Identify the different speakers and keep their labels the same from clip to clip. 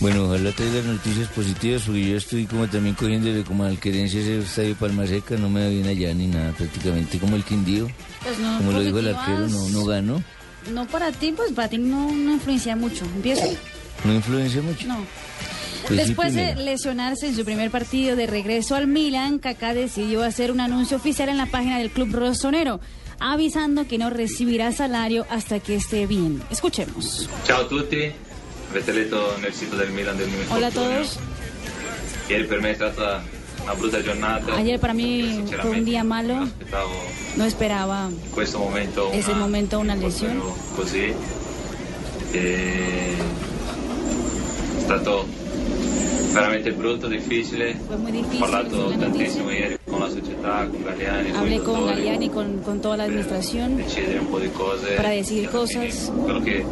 Speaker 1: Bueno, ojalá traiga noticias positivas porque yo estoy como también cogiéndole como al querencia ese estadio Palmaseca, no me va bien allá ni nada, prácticamente como el Quindío.
Speaker 2: Pues no,
Speaker 1: como lo dijo el
Speaker 2: positivas.
Speaker 1: arquero, no, no ganó.
Speaker 2: No para ti, pues para ti no, no influencia mucho. Empieza.
Speaker 1: No influencia mucho.
Speaker 2: No.
Speaker 1: Pues sí,
Speaker 2: Después de
Speaker 1: primero.
Speaker 2: lesionarse en su primer partido de regreso al Milan, Kaká decidió hacer un anuncio oficial en la página del club rosonero, avisando que no recibirá salario hasta que esté bien. Escuchemos.
Speaker 3: Ciao a tutti, avete letto nel sito del Milan del mio
Speaker 2: Hola a
Speaker 3: infortunio.
Speaker 2: todos.
Speaker 3: Ieri per me è stata una brutta giornata.
Speaker 2: Ayer para mí
Speaker 3: Sinceramente,
Speaker 2: fue un día
Speaker 3: non
Speaker 2: malo.
Speaker 3: aspettavo
Speaker 2: No esperaba.
Speaker 3: in questo momento
Speaker 2: Es el
Speaker 3: una-
Speaker 2: momento una
Speaker 3: un
Speaker 2: lesión.
Speaker 3: infortunio così. E... È stato veramente brutto, difficile.
Speaker 2: Fue muy
Speaker 3: Ho
Speaker 2: difícil.
Speaker 3: parlato
Speaker 2: la noticia.
Speaker 3: tantissimo ieri con la società, con Galliani, con i
Speaker 2: Hablé con
Speaker 3: dottori,
Speaker 2: Galiani, con, con toda la
Speaker 3: per
Speaker 2: administración.
Speaker 3: decidere un po' di cose.
Speaker 2: para decidir
Speaker 3: E alla fine
Speaker 2: cosas.
Speaker 3: Quello che,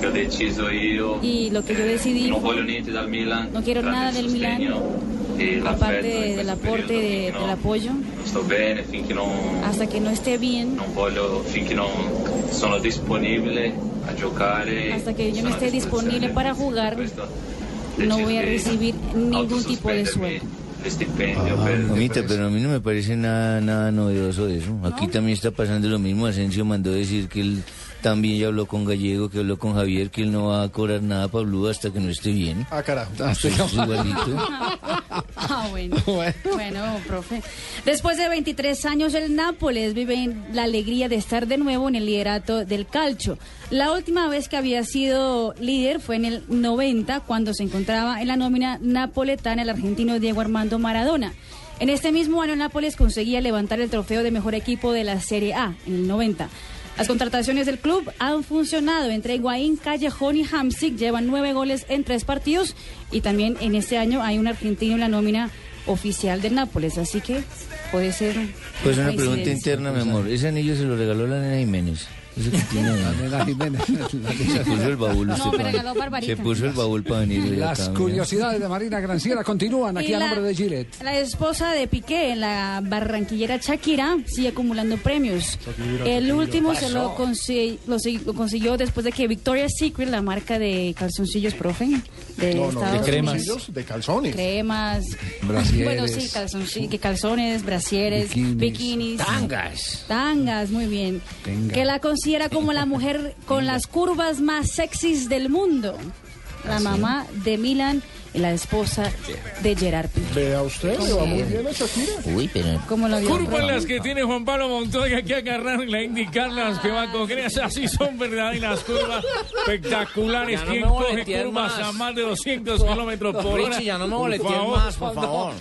Speaker 3: che ho deciso io.
Speaker 2: Y lo que yo
Speaker 3: Eh,
Speaker 2: decidí
Speaker 3: No
Speaker 2: fue-
Speaker 3: voglio niente dal Milan.
Speaker 2: No quiero
Speaker 3: tranne
Speaker 2: nada
Speaker 3: il
Speaker 2: del Milan,
Speaker 3: sostegno e l'affetto
Speaker 2: aparte
Speaker 3: in questo
Speaker 2: del aporte
Speaker 3: periodo,
Speaker 2: de-
Speaker 3: finché no-
Speaker 2: del apoyo,
Speaker 3: Non sto bene finché non,
Speaker 2: hasta que no esté bien,
Speaker 3: non voglio, finché non sono disponibile a giocare.
Speaker 2: Hasta que yo no
Speaker 3: sono a
Speaker 2: esté
Speaker 3: disposizione.
Speaker 2: disponibile para jugar,
Speaker 3: Per questo
Speaker 2: no voy a
Speaker 3: deciso di
Speaker 2: recibir ningún tipo de
Speaker 3: autosospendermi
Speaker 2: sueldo.
Speaker 3: il stipendio per-
Speaker 1: Mamita,
Speaker 3: per-
Speaker 1: pero a mí no me parece nada, nada novedoso de eso. Aquí también está pasando lo mismo. Asensio mandó decir que él también ya habló con Gallego, que habló con Javier, que él no va a cobrar nada para Blue hasta que no esté bien.
Speaker 4: Ah, carajo.
Speaker 1: Eso es igualito.
Speaker 2: Ah, bueno. Bueno, profe. Después de 23 años, el Nápoles vive en la alegría de estar de nuevo en el liderato del calcio. La última vez que había sido líder fue en el 90, cuando se encontraba en la nómina napoletana el argentino Diego Armando Maradona. En este mismo año, Nápoles conseguía levantar el trofeo de mejor equipo de la Serie A, en el 90. Las contrataciones del club han funcionado. Entre Higuaín, Callejón y Hamsik llevan nueve goles en tres partidos. Y también en este año hay un argentino en la nómina oficial del Nápoles. Así que puede ser.
Speaker 1: Pues una pregunta
Speaker 2: coincidencia.
Speaker 1: interna, mi amor. Ese anillo se lo regaló la nena Jiménez. Eso que tiene ahí.
Speaker 4: Nena Jiménez, la
Speaker 1: Se
Speaker 4: nena-
Speaker 1: puso el baúl.
Speaker 2: No,
Speaker 1: usted
Speaker 2: me
Speaker 1: pa-
Speaker 2: regaló Barbarita.
Speaker 1: Se puso el baúl para venir. hoy
Speaker 4: Las
Speaker 1: acá, mira.
Speaker 4: curiosidades de Marina Granciera continúan aquí
Speaker 2: Y
Speaker 4: a
Speaker 2: la-
Speaker 4: nombre de Gillette.
Speaker 2: La esposa de Piqué, la barranquillera Shakira, sigue acumulando premios. El último se lo, consi- lo si- lo consiguió después de que Victoria's Secret, la marca de calzoncillos, profe, de Estados Unidos.
Speaker 4: calzoncillos, De calzones.
Speaker 2: cremas,
Speaker 4: Brasieres.
Speaker 2: bueno sí, calzonci- que calzones, brasieres,
Speaker 4: Bikinis.
Speaker 2: bikinis, tangas, muy bien,
Speaker 4: Tenga.
Speaker 2: que la considera como la mujer con las curvas más sexys del mundo, la mamá de Milan y la esposa de Gerard Piqué.
Speaker 4: Vea usted, le va muy bien a Shakira.
Speaker 1: Uy, pero...
Speaker 2: ¿Cómo lo vio?
Speaker 5: Curvas
Speaker 2: profe?
Speaker 5: las que tiene Juan Pablo Montoya que agarrarla, indicarlas que va a coger. Así son verdaderas curvas espectaculares.
Speaker 6: Ya no
Speaker 5: ¿Quién
Speaker 6: me voy a
Speaker 5: coge
Speaker 6: boletear
Speaker 5: curvas
Speaker 6: más.
Speaker 5: a más de 200 kilómetros por hora?
Speaker 6: Richie, ya no me
Speaker 5: Por
Speaker 6: boletees
Speaker 5: favor,
Speaker 6: más, por
Speaker 5: no.
Speaker 6: favor.